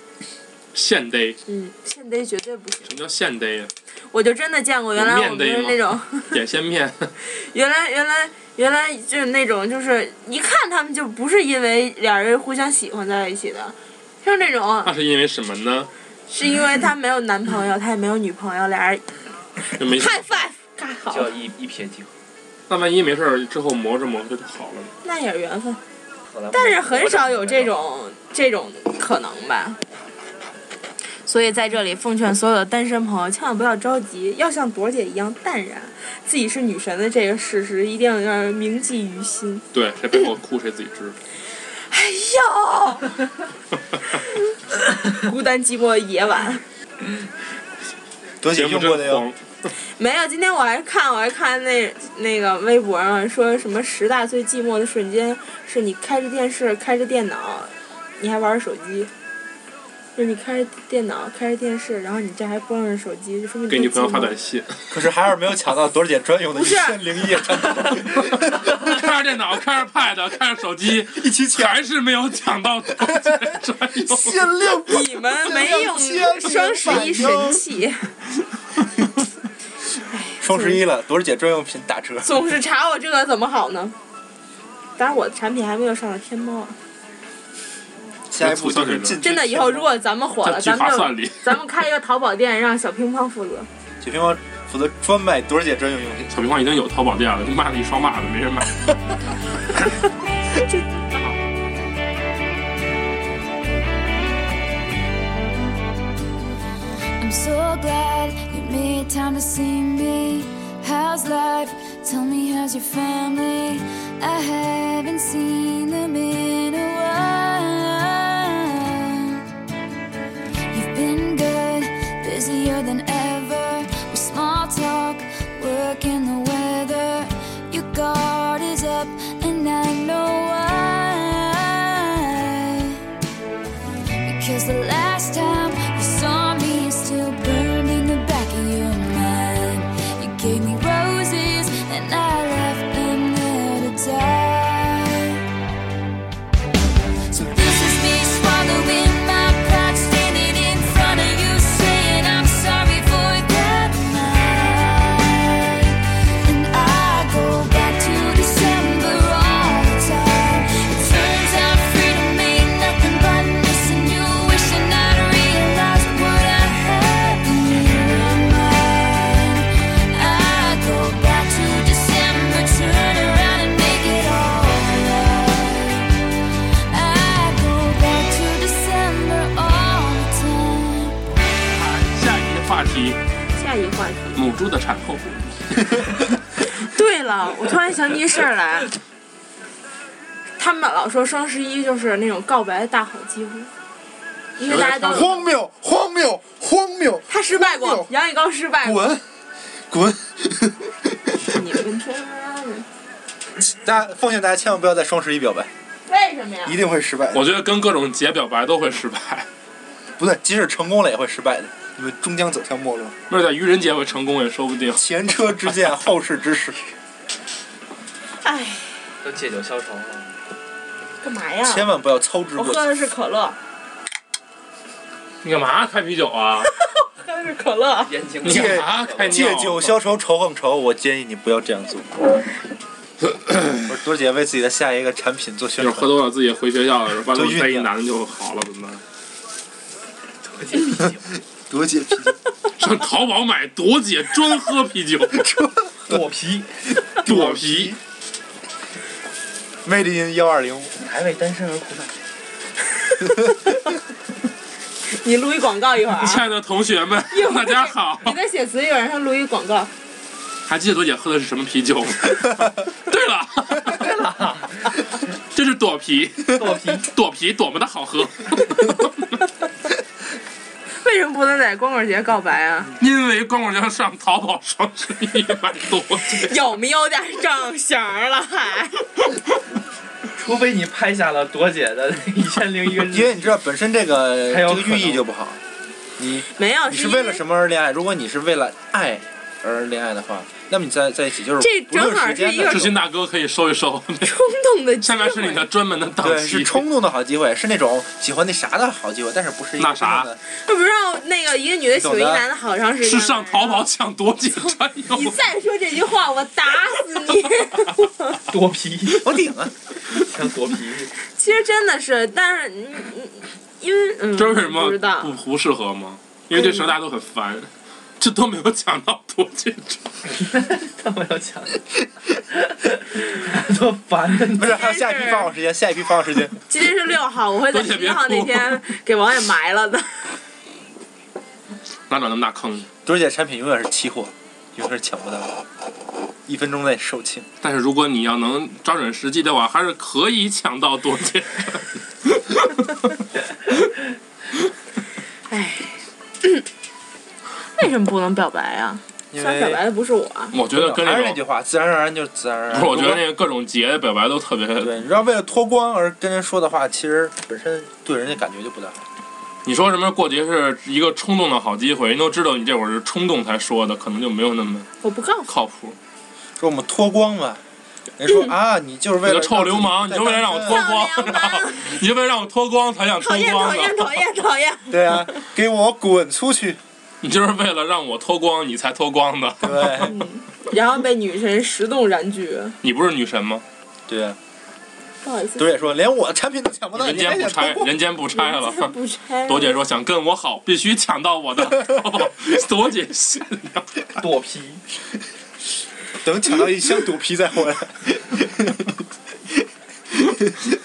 现逮，
嗯，现逮绝对不行。
什么叫现逮呀？
我就真的见过原来我
面
们
对
是
吗
那种，
点心面，
原来原来原来就是那种，就是一看他们就不是因为俩人互相喜欢在一起的，就是那种
那是因为什么呢？
是因为他没有男朋友，他也没有女朋友，俩人
就没事，
high five 尬好
叫，一一瞥即合。
那万一没事儿之后磨着磨着就好了呢。
那也是缘分。
后来
但是很少有这种这种可能吧。所以在这里奉劝所有的单身朋友，千万不要着急，要像朵儿姐一样淡然，自己是女神的这个事实一定要铭记于心。
对，谁背后哭谁自己知道。
哎呦，孤单寂寞的夜晚，
朵
节
姐
目
用过的
真
哟
黄，，
没有。今天我还看，我还看那那个微博上说什么十大最寂寞的瞬间，是你开着电视，开着电脑，你还玩着手机。就是你开着电脑，开着电视，然后你这还播上手机，就说明
给
你
女
最
朋友发
寂寞
短信，
可是还是没有抢到朵姐专用的一
不是
千零夜战斗，
看着电脑，看着 pad，看着手机，
一起抢
还是没有抢到东西专用。
限量版。
你们没用双十一神器，
双十一了，朵姐专用品打折。
总是查我这个怎么好呢？当然，我的产品还没有上到天猫啊。
下一步就是进
真的，以后如果咱们火了，
在计
咱们
划
就
算里，
咱们开一个淘宝店，让小乒乓负责。
九平方负责专卖朵姐专用用品。
小平花已经有淘宝店了，就骂了一双骂的，没人买。
I'm so glad you made time to see me. How's life? Tell me, how's your family? I haven't seen them in a while. You've been good, busier than ever. With small talk, work, and the weather. Your guard is up, and I know why. Because the last time you saw me is still burned in the back of your mind. You gave me roses and I left them there to die. So this is me swallowing my pride, standing in front of you, saying I'm sorry for that night. And I go back to December all the time. It turns out freedom ain't nothing but missing you. Wishing I'd realized what I had in your mind. I go back to December, turn around and make it all right. I go back to December all the time.
下一个话题，
下一个话题。
母猪的产后。
对了，我突然想起一事儿来，他们老说双十一就是那种告白的大好机会，因为大家都
荒谬，荒谬，荒谬！
他失败过
荒，
杨宇刚失败过。
滚，滚！
你们他妈的，
大家奉劝大家千万不要在双十一表白，
为什么呀？
一定会失败的。
我觉得跟各种姐表白都会失败，
不对，即使成功了也会失败的，你们终将走向没落。
那在愚人节会成功也说不定。
前车之鉴，后事之师。
哎，
都借酒消愁了。
干嘛呀？
千万不要操之
啊我
过
喝
急。
的是可乐，
你干嘛开啤酒啊？
喝的是可乐。
眼睛
你干嘛开
借
尿？啊
酒消愁愁更愁，我建议你不要这样做。我说朵姐为自己的下一个产品做宣
就是喝
传，
多了自己回学校的时候，发
就
现
晕
带一
了
男的就好了，怎么办？
朵姐啤酒，
上淘宝买朵姐专喝啤酒，
果皮，
朵啤。
魅力幺二零，
还为单身而苦恼。
你录一广告一会儿
亲
啊。
爱的同学们，大家好！
你在写词语本上录一广告，
还记得朵姐喝的是什么啤酒吗？对了，对了， 这是朵啤，
果皮，
朵啤多么的好喝！
为什么不能在光棍节告白啊？
因为光棍节上淘宝双十一买朵姐，
有没有点正形儿了还？
除非你拍下了朵姐 的一千零一个
因
日
为你知道本身这个
还有
这个
可
寓
能
意就不好。你
没有，
你
是
是
因
为了什么而恋爱？如果你是为了爱而恋爱的话，那么你在在一起就是
这
不论
正好
时间
是一个
的
志新大哥可以收一收，
冲动的机
下
会。
面是你的专门的档
对，
期
是。冲动的好机会，是那种喜欢那啥的好机会，但是不是一个
那啥
真正的
这 不让那个一个女的喜欢一男的好长时间
是
吗
上淘宝抢多紧张哟！
你再说这句话，我打死 你！
多皮，
我顶啊！
像多皮。
其实真的是，但是嗯嗯因为嗯，
这为什么
不知道
不？不适合吗？因为这时候大家都很烦，这都没有讲到多紧张。
他们要抢， 多烦的
不是，还有下一批放我时间，下一批放我时间，
今天是六号，我会在
多姐
十一
别
号那
哭
天给王爷埋了的。
哪找那么大坑？
多姐产品永远是期货，永远是抢不到的，一分钟内售罄。
但是如果你要能抓准时机的话，还是可以抢到多紧张。
哎， 为什么不能表白啊？
因
虽然表白
为
的不是我， 啊
我觉 得跟
还是
那
那句
种，
话，自然而然就自然而
不
然。
是我觉得那个各种节表白都特别。
对，你知道为了脱光而跟人说的话，其实本身对人家感觉就不太好。
你说什么过节是一个冲动的好机会，人都知道你这会儿是冲动才说的，可能就没有那么
我不告诉
靠谱。
说我们脱光嘛，人说啊，你就是为
你
了
个臭流氓，你就为了让我脱
光。
光
漂亮吗，
你就为了让我脱光才想
你。讨
脱
厌
光
讨厌
的，
讨厌讨厌！
对啊，给我滚出去！
你就是为了让我脱光你才脱光 的。
对
然后被女神十动燃拒，
你不是女神吗？
对啊，
不好意思，
朵姐说连我的产品都抢不到，
人
你还
间不
想
拆
脱，光？
人间不拆了。
不拆。
朵姐说想跟我好，必须抢到我的。 朵姐信 了。
多皮，
等抢到一箱肚皮再回 来。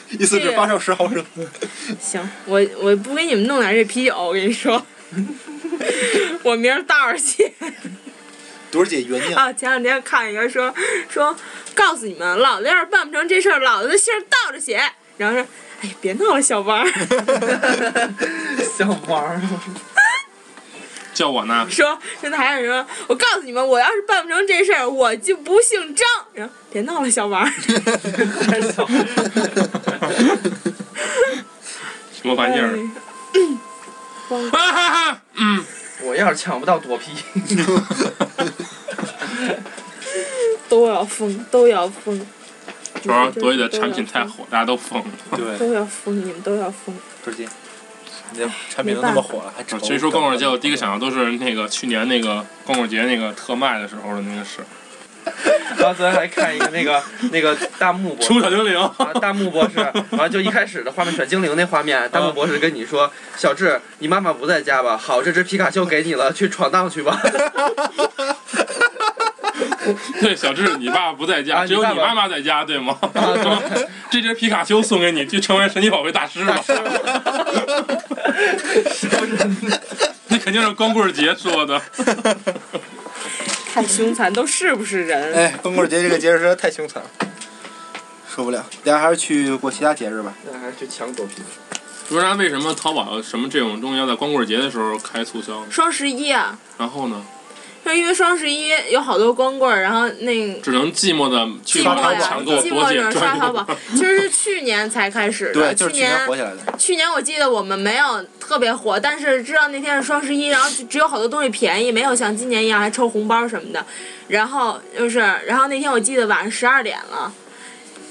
一次只发售十毫升，
行，我我不给你们弄点这啤酒，我跟你说，我明儿道儿去。
朵姐原谅。
啊，前两天看一个说说，告诉你们，老子要是办不成这事儿，老子的信儿倒着写。然后说，哎呀，别闹了，小王。
小王儿，
叫我 呢？
说说那还有人说，我告诉你们，我要是办不成这事儿，我就不姓张。然后别闹了，小王。
还是小王儿
什么玩意儿？啊哈哈！嗯，
我要是抢不到多皮，
都要疯，都要疯。
主要是朵姐的产品太火，大家都疯了。
对，
都要疯，你们都要疯。
朵姐，你的产品都那么火了，还只
所以说光棍节，我第一个想到都是那个去年那个光棍节那个特卖的时候的那个事，
然后昨天还看一个那个那个弹幕博
出小精灵。
啊，弹幕博士，完、了就一开始的画面选精灵那画面，弹幕博士跟你说：“小智，你妈妈不在家吧？好，这只皮卡丘给你了，去闯荡去吧。
对，小智，你爸不在家，
啊
只有你
你爸爸
妈妈在家，对吗？
对
这只皮卡丘送给你，去成为神奇宝贝大师吧。 那肯定是光棍节说的。
太凶残，都是不是人？
哎，光棍节这个节日实在太凶残了，受不了。大家还是去过其他节日吧。”
那还是去抢狗皮。
不知道为什么淘宝什么这种东西要在光棍节的时候开促销呢，
双十一啊，
然后呢，
就是因为双十一有好多光棍儿，然后那个
只能寂寞的去
寂
网
寞
上
呀，
抢购
寂
多
寞
姐
着刷
专
淘 宝
用。，
其实是去年才开始的。
对，就是
去
去年火起来的。
去年我记得我们没有特别火，但是知道那天是双十一，然后只有好多东西便宜，没有像今年一样还抽红包什么的。然后就是，然后那天我记得晚上十二点了。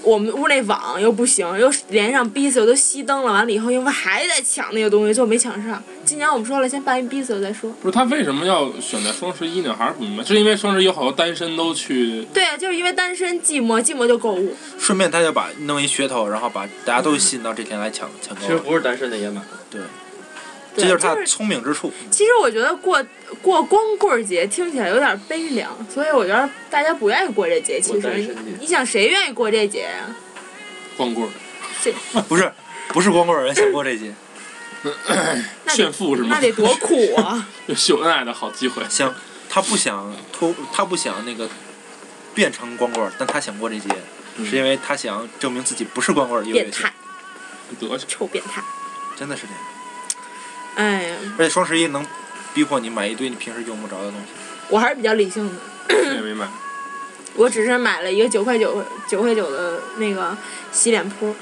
我们屋那网又不行，又连上逼死，我都熄灯了。完了以后，因为还在抢那个东西，最后没抢上。今年我们说了，先办一逼死再说。
不是他为什么要选在双十一呢？还是不明白，是因为双十一有好多单身都去
对啊，就是因为单身寂寞，寂寞就购物。
顺便他就把弄一噱头，然后把大家都吸引到这天来抢抢购
其实，不是单身的也买了，
这
对
就是他
就是
聪明之处。
其实我觉得过过光棍儿节听起来有点悲凉，所以我觉得大家不愿意过这节。其
过单
实
身节
你想谁愿意过这节呀、
光棍儿，
不是，不是光棍人想过这节，
那得
炫富是吗
那？得多苦 啊！
秀恩爱的好机会。
想他不想脱，他不想那个变成光棍儿，但他想过这节，是因为他想证明自己不是光棍儿优越
变
性
态，，
德行，
臭变态！
真的是这样。
哎呀，
而且双十一能逼迫你买一堆你平时用不着的东西。
我还是比较理性的，
这也没买。
我只是买了一个九块九九块九的那个洗脸 扑，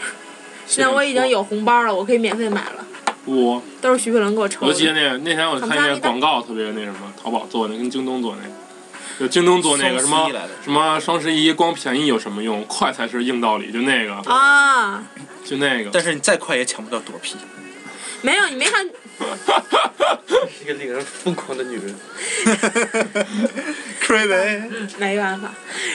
现在我已经有红包了，我可以免费买了，
我，
都是徐慧伦给我抽
我记得
的。
那个那天我看见广告特别那什么，淘宝做的跟京东做的那个，就京东做那个什
双
么
十一来的
什么双十一光便宜有什么用？快才是硬道理，就那个
啊，
就那个。
但是你再快也抢不到多批。
没有，你没看，
一个令人疯狂的女人。
Crazy，
没办法。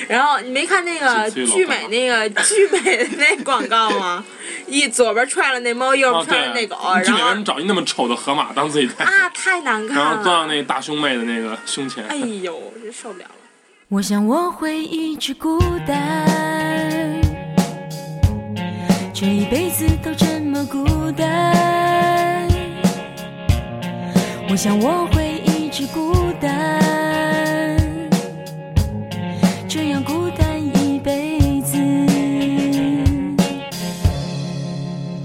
然后你没看那个
去去
聚
老大
美那个 聚美的那广告吗？一左边踹了那猫，右
哦
边
对
踹了那狗，，
你去
然
美国人
后
找一那么丑的河马当自己带，
啊，太难看
然后
了。
钻到那大胸妹的那个胸前。
哎呦，真受不了了。
我想我会一直孤单，这一辈子都这么孤单。我想我会一直孤单，这样孤单一辈子。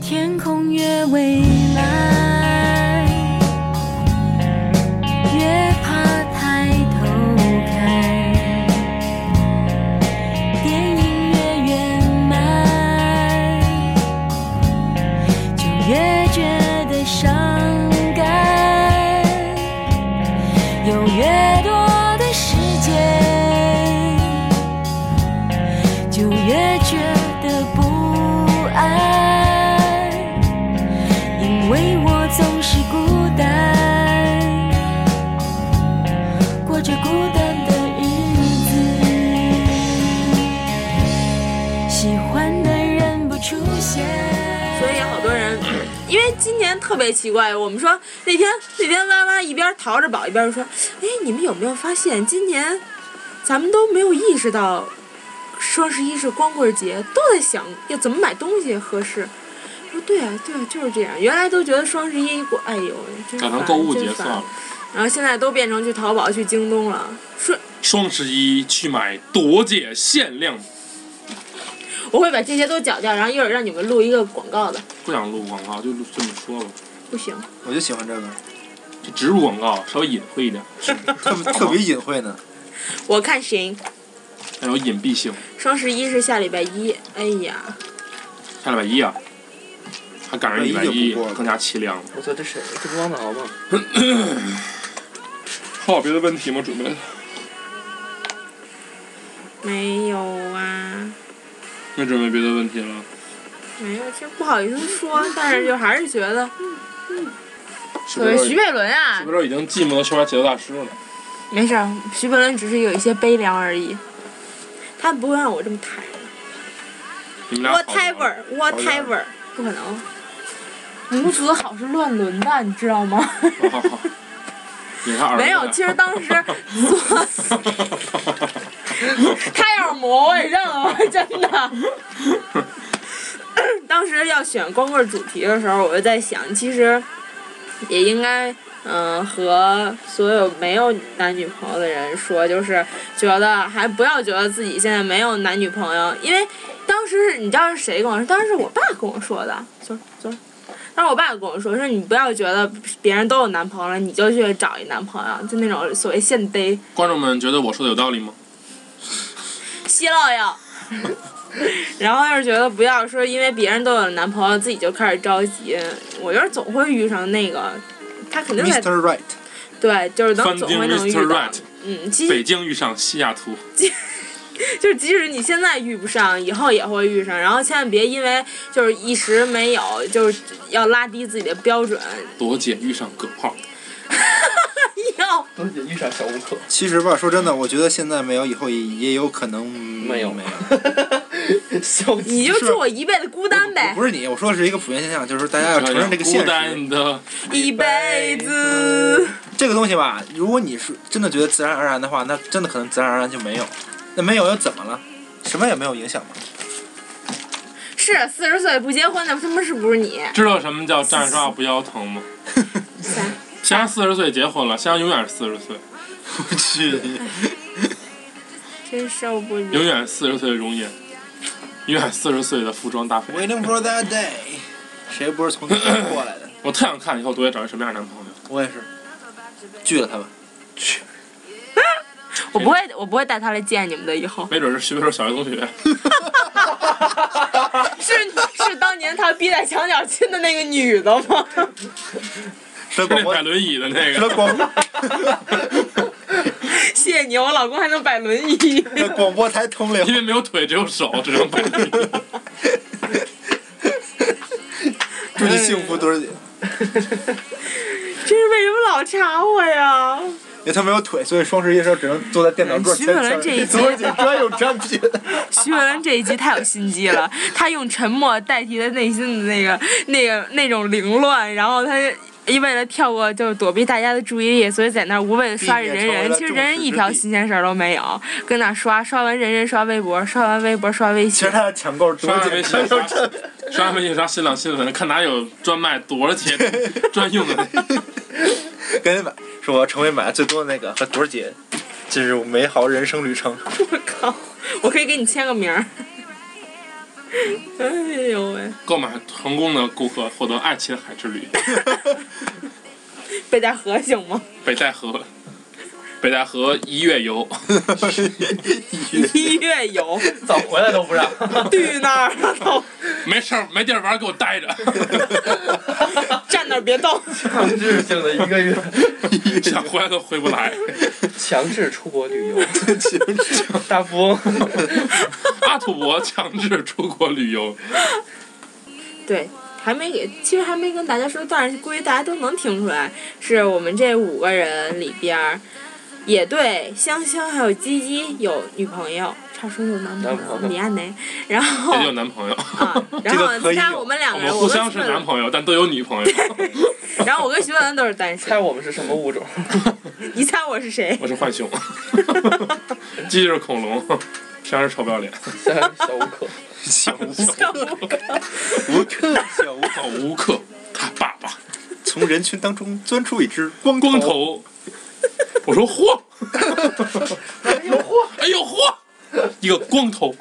天空越蔚蓝，越怕抬头看，电影越圆满，就越觉得伤感。有越多的时间，就越觉得不安，因为我总是孤单。过着孤单的日子。喜欢的人不出现，
所以好多人，因为今年特别奇怪，我们说那天那天哇哇一边淘着宝一边就说，哎，你们有没有发现今年咱们都没有意识到双十一是光棍节，都在想要怎么买东西合适。我说对啊，对啊，就是这样。原来都觉得双十一过，哎呦，真
改
烦
成，购物
真
节算
烦
了。
然后现在都变成去淘宝、去京东了。说
双十一去买夺姐限量，
我会把这些都绞掉，然后一会儿让你们录一个广告的，
不想录广告就录这么说吧，
不行。
我就喜欢这个，
就只录广告，稍微隐晦一点，
特别特别隐晦 呢。
我看行，
要有隐蔽性。
双十一是下礼拜一。哎呀。
下礼拜一啊，还赶上礼拜
礼拜一
一
就不过了
更加凄凉了。
我操，这谁？这不汪敖吗？
还有别的问题吗？准备？
没有啊，
没准备别的问题了。
没有，其实不好意思 说，但是就还是觉得，
是
可
不
是
是
徐贝伦啊
是不，是已经寂寞的去玩解忧大师了？
没事儿，徐贝伦只是有一些悲凉而已，他不会让我这么抬
你们俩好聊
，whatever，whatever，不可能。 母子好是乱伦的，你知道吗？
好好好你看儿子
没有，其实当时做， 他要是魔我也认了， 真的。当时要选光棍主题的时候，我就在想，其实也应该，嗯、和所有没有男女朋友的人说，就是觉得还不要觉得自己现在没有男女朋友，因为当时是你知道是谁跟我说，当时是我爸跟我说的，走走。当时我爸跟我说，说你不要觉得别人都有男朋友了，你就去找一男朋友，就那种所谓现逮
观众们觉得我说的有道理吗？
稀漏呀。 然后就是觉得不要说，因为别人都有男朋友，自己就开始着急。我觉得总会遇上那个，他肯定在
Mr. Right，
对，就是能
翻
总
经
会能遇
Mr.
到
Right。，
嗯，即
北
使
京遇上西雅图，
就是即使你现在遇不上，以后也会遇上。然后千万别因为就是一时没有，就是要拉低自己的标准。
朵姐遇上葛炮，
要
都是遇上小五口。
其实吧，说真的，我觉得现在没有，以后也也有可能
嗯
没
有
没有。
小五
你就祝我一辈子孤单呗。
不是你，我说的是一个普遍现象，就是大家要承认这个现
孤
实。
单的
一辈子。
这个东西吧，如果你是真的觉得自然而然的话，那真的可能自然而然就没有。那没有又怎么了？什么也没有影响嘛。
是四十岁不结婚的，他妈是不是你？
知道什么叫站着说话不腰疼吗？香香四十岁结婚了，香香永远是四十岁，
我去，
真受不了。
永远四十岁的容颜，永远四十岁的服装搭配。
Waiting for that day，谁不是从那儿过来的？
我特想看以后朵姐找一什么样的男朋友。
我也是，拒了他吧。
我不会，我不会带他来见你们的。以后
没准是徐悲洲小学同学，
是是当年他逼在墙角亲的那个女的吗？
说
那
广播
买，轮椅的那
说
个，
广播，
谢谢你，我老公还能摆轮椅。
广播台 通灵，
因为没有腿，只有手，只能摆轮椅。
祝你幸福，墩儿姐。
这是为什么老查我呀？
因为他没有腿，所以双十一的时候只能坐在电脑桌
徐
前。
本人这一集
墩儿姐专用产品。
徐文文这一集太有心机了，他用沉默代替他内心的那个、那个、那种凌乱，然后他一为了跳过就是躲避大家的注意力，所以在那儿无谓的刷着人
避免
人。
成为了
其实
众
人人
矢
一
之
条
的
新鲜事儿都没有，跟那儿刷刷完人人刷微博，刷完微博刷微
其
信
实。他要抢购墩
刷
儿
微
姐
信
专用产品。
刷微信刷新浪新闻，看哪有专卖多少钱专用的。
赶紧买，是我成为买的最多的那个，和朵儿姐进入美好人生旅程。
我靠！我可以给你签个名儿。 哎呦喂！
购买成功的顾客获得爱琴海之旅，
北戴河行吗？
北戴河，北戴河一月游，
一月 游，
早回来都 不让。
去那儿了都，
没事儿没地儿玩儿，给我待着。
站那儿别动。
强制性的一个月，
想回来都回不来。
强制出国旅游，大富翁，
阿土伯强制出国旅游，
对，还没给，其实还没跟大家说，但是估计大家都能听出来，是我们这五个人里边儿，也对香香还有鸡鸡有女朋友，差说有男
男
朋
朋
友
友
李安雷，然后
也就有男朋友。
啊，然后
可以
其他
有
我们两个
哎我们
人，
互
我跟
相
徐
是
文
男朋友，但都有女朋友。
然后我跟徐文文都是单
猜
身，
我们是什么物种？
你猜我是谁？
我是浣熊， 鸡是恐龙，山是臭不要脸，
小小五克，
小吴
小吴哥，
吴克，小吴
好无克，他爸爸
从人群当中钻出一只光
光
头，
头。我说嚯，哎呦嚯，一个光头，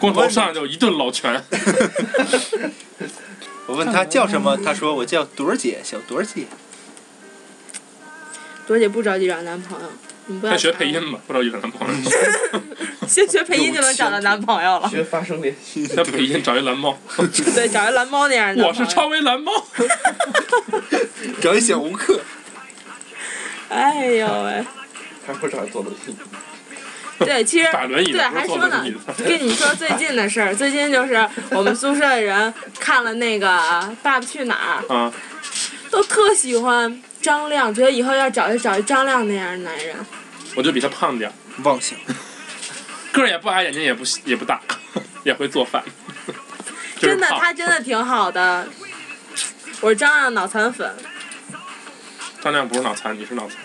光头上来就一顿老拳。
我问他叫什么，他说我叫朵儿姐，小朵儿姐。
朵姐不着急找男朋友，你不要
再学
查
配
我，
音吧，不知道有男朋 友。
先学配音就能找到男朋友了，
学发声练习。
再配音找一蓝猫，
对，找一蓝猫那样的男
我
朋友。
是超威蓝猫。
找一小吴克，
哎呦喂！
还不找坐轮椅，
对，其实
打轮椅的
对，
不是
还
坐
说呢
轮椅的，
跟你说最近的事儿，最近就是我们宿舍的人看了那个《爸爸去哪儿》，
啊，
都特喜欢张亮，觉得以后要找就找一张亮那样的男人。
我就比他胖点儿，
妄想。
个儿也不矮，眼睛也不也不大， 也会做饭。 就是
真的，
胖
他真的挺好的。我是张亮脑残粉，
张亮不是脑残，你是脑残。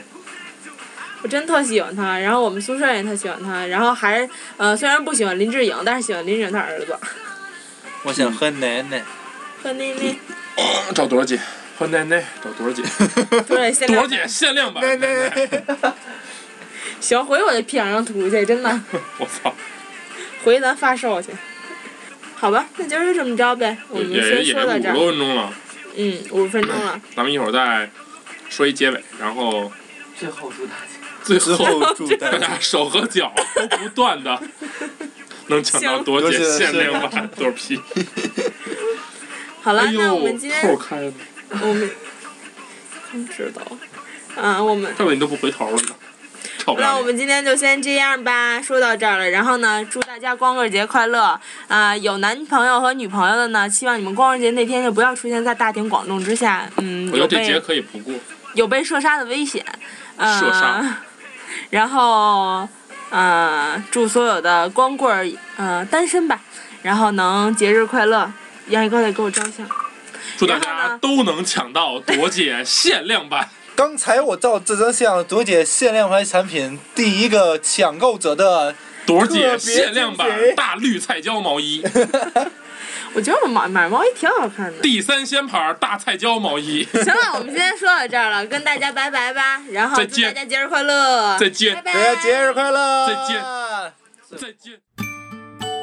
我真特喜欢他。然后我们宿舍人也特喜欢他，然后还呃虽然不喜欢林志颖，但是喜欢林志颖他儿子。
我想喝奶 奶。
和那那
找朵儿姐，和奶奶找朵儿姐，
多少限
朵
量
儿姐限量版。奶奶
行，回我就 P 两张图去，真的。
我操，
回咱发售去。好吧，那今儿就这么着呗，我们
也
先
也
说到
五
这
十
儿。
多分钟了，
嗯，五分钟了，
咱们一会儿再说一结尾，然后
最后祝大家
最
最
后
后祝大
大
家
家手和脚都不 断的能抢到
行
朵儿姐
朵儿姐
限量版朵儿皮。
好了，
哎
那
呦，
我们今
扣
天
开了，
我 们真知道啊，我们
这么你都不回头了呢，臭不
那
要
我
脸。
们今天就先这样吧，说到这儿了。然后呢，祝大家光棍节快乐啊、有男朋友和女朋友的呢，希望你们光棍节那天就不要出现在大庭广众之下，嗯，
我觉得
有
这节
被
可以不过，
有被射杀的危险。呃、
射杀。
然后，呃，祝所有的光棍儿，呃，单身吧，然后能节日快乐。杨一哥得给我照相。
祝大
然后
家
呢
都能抢到朵姐限量版。
刚才我照这张相，朵姐限量款产品第一个抢购者的，
朵姐限量版
特别惊喜
大绿菜椒毛衣，
我觉得我买买毛衣挺好看的。
第三仙牌大菜椒毛衣，
行了，我们今天说到这儿了，跟大家拜拜吧。然后
再
祝大
见
家节日快乐，
再见
拜拜
大家节日快乐！
再见再见。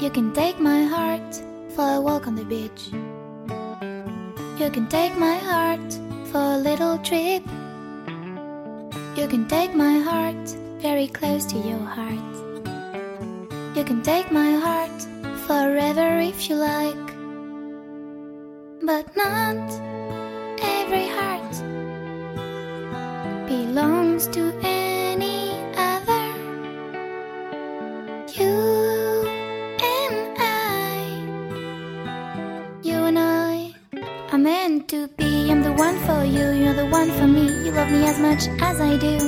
You can take my heart for a walk on the beach. You can take my heart for a little trip.
You can take my heart very close to your heart. You can take my heart forever if you like. But not every heart belongs to any other. You and I, you and I are meant to be. I'm the one for you, you're the one for me. You love me as much as I do.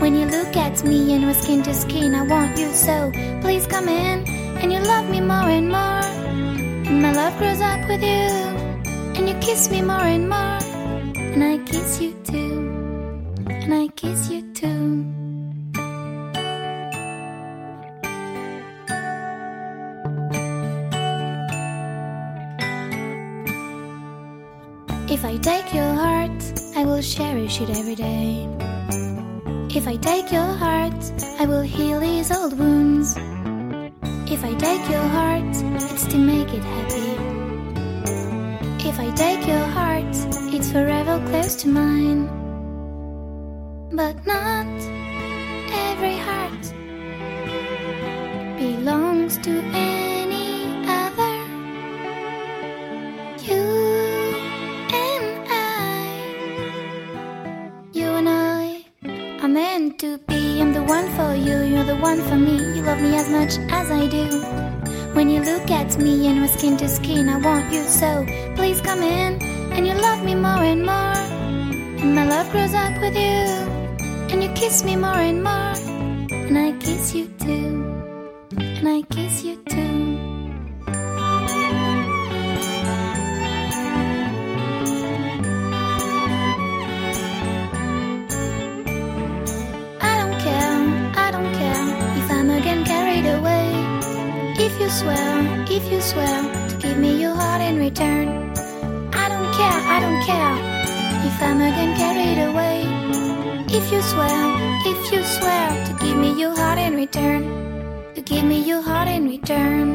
When you look at me and we're skin to skin, I want you so. Please come in and you love me more and more. And my love grows up with you. And you kiss me more and more. And I kiss you too. And I kiss you too. If I take your heart, I will cherish it every day. If I take your heart, I will heal these old wounds. If I take your heart, it's to make it happy. If I take your heart, it's forever close to mine. But not every heart belongs to any other. You and I, you and I are meant to be. I'm the one for you, you're the one for me. You love me as much as I do. When you look at me and we're skin to skin, I want you so. Please come in and you love me more and more. And my love grows up with you. And you kiss me more and more. And I kiss you too. And I kiss you too. I don't care, I don't care if I'm again carried away. If you swear, if you swear to give me your heart in return. I don't care, I don't care if I'm again carried away. If you swear, if you swear to give me your heart in return. To give me your heart in return.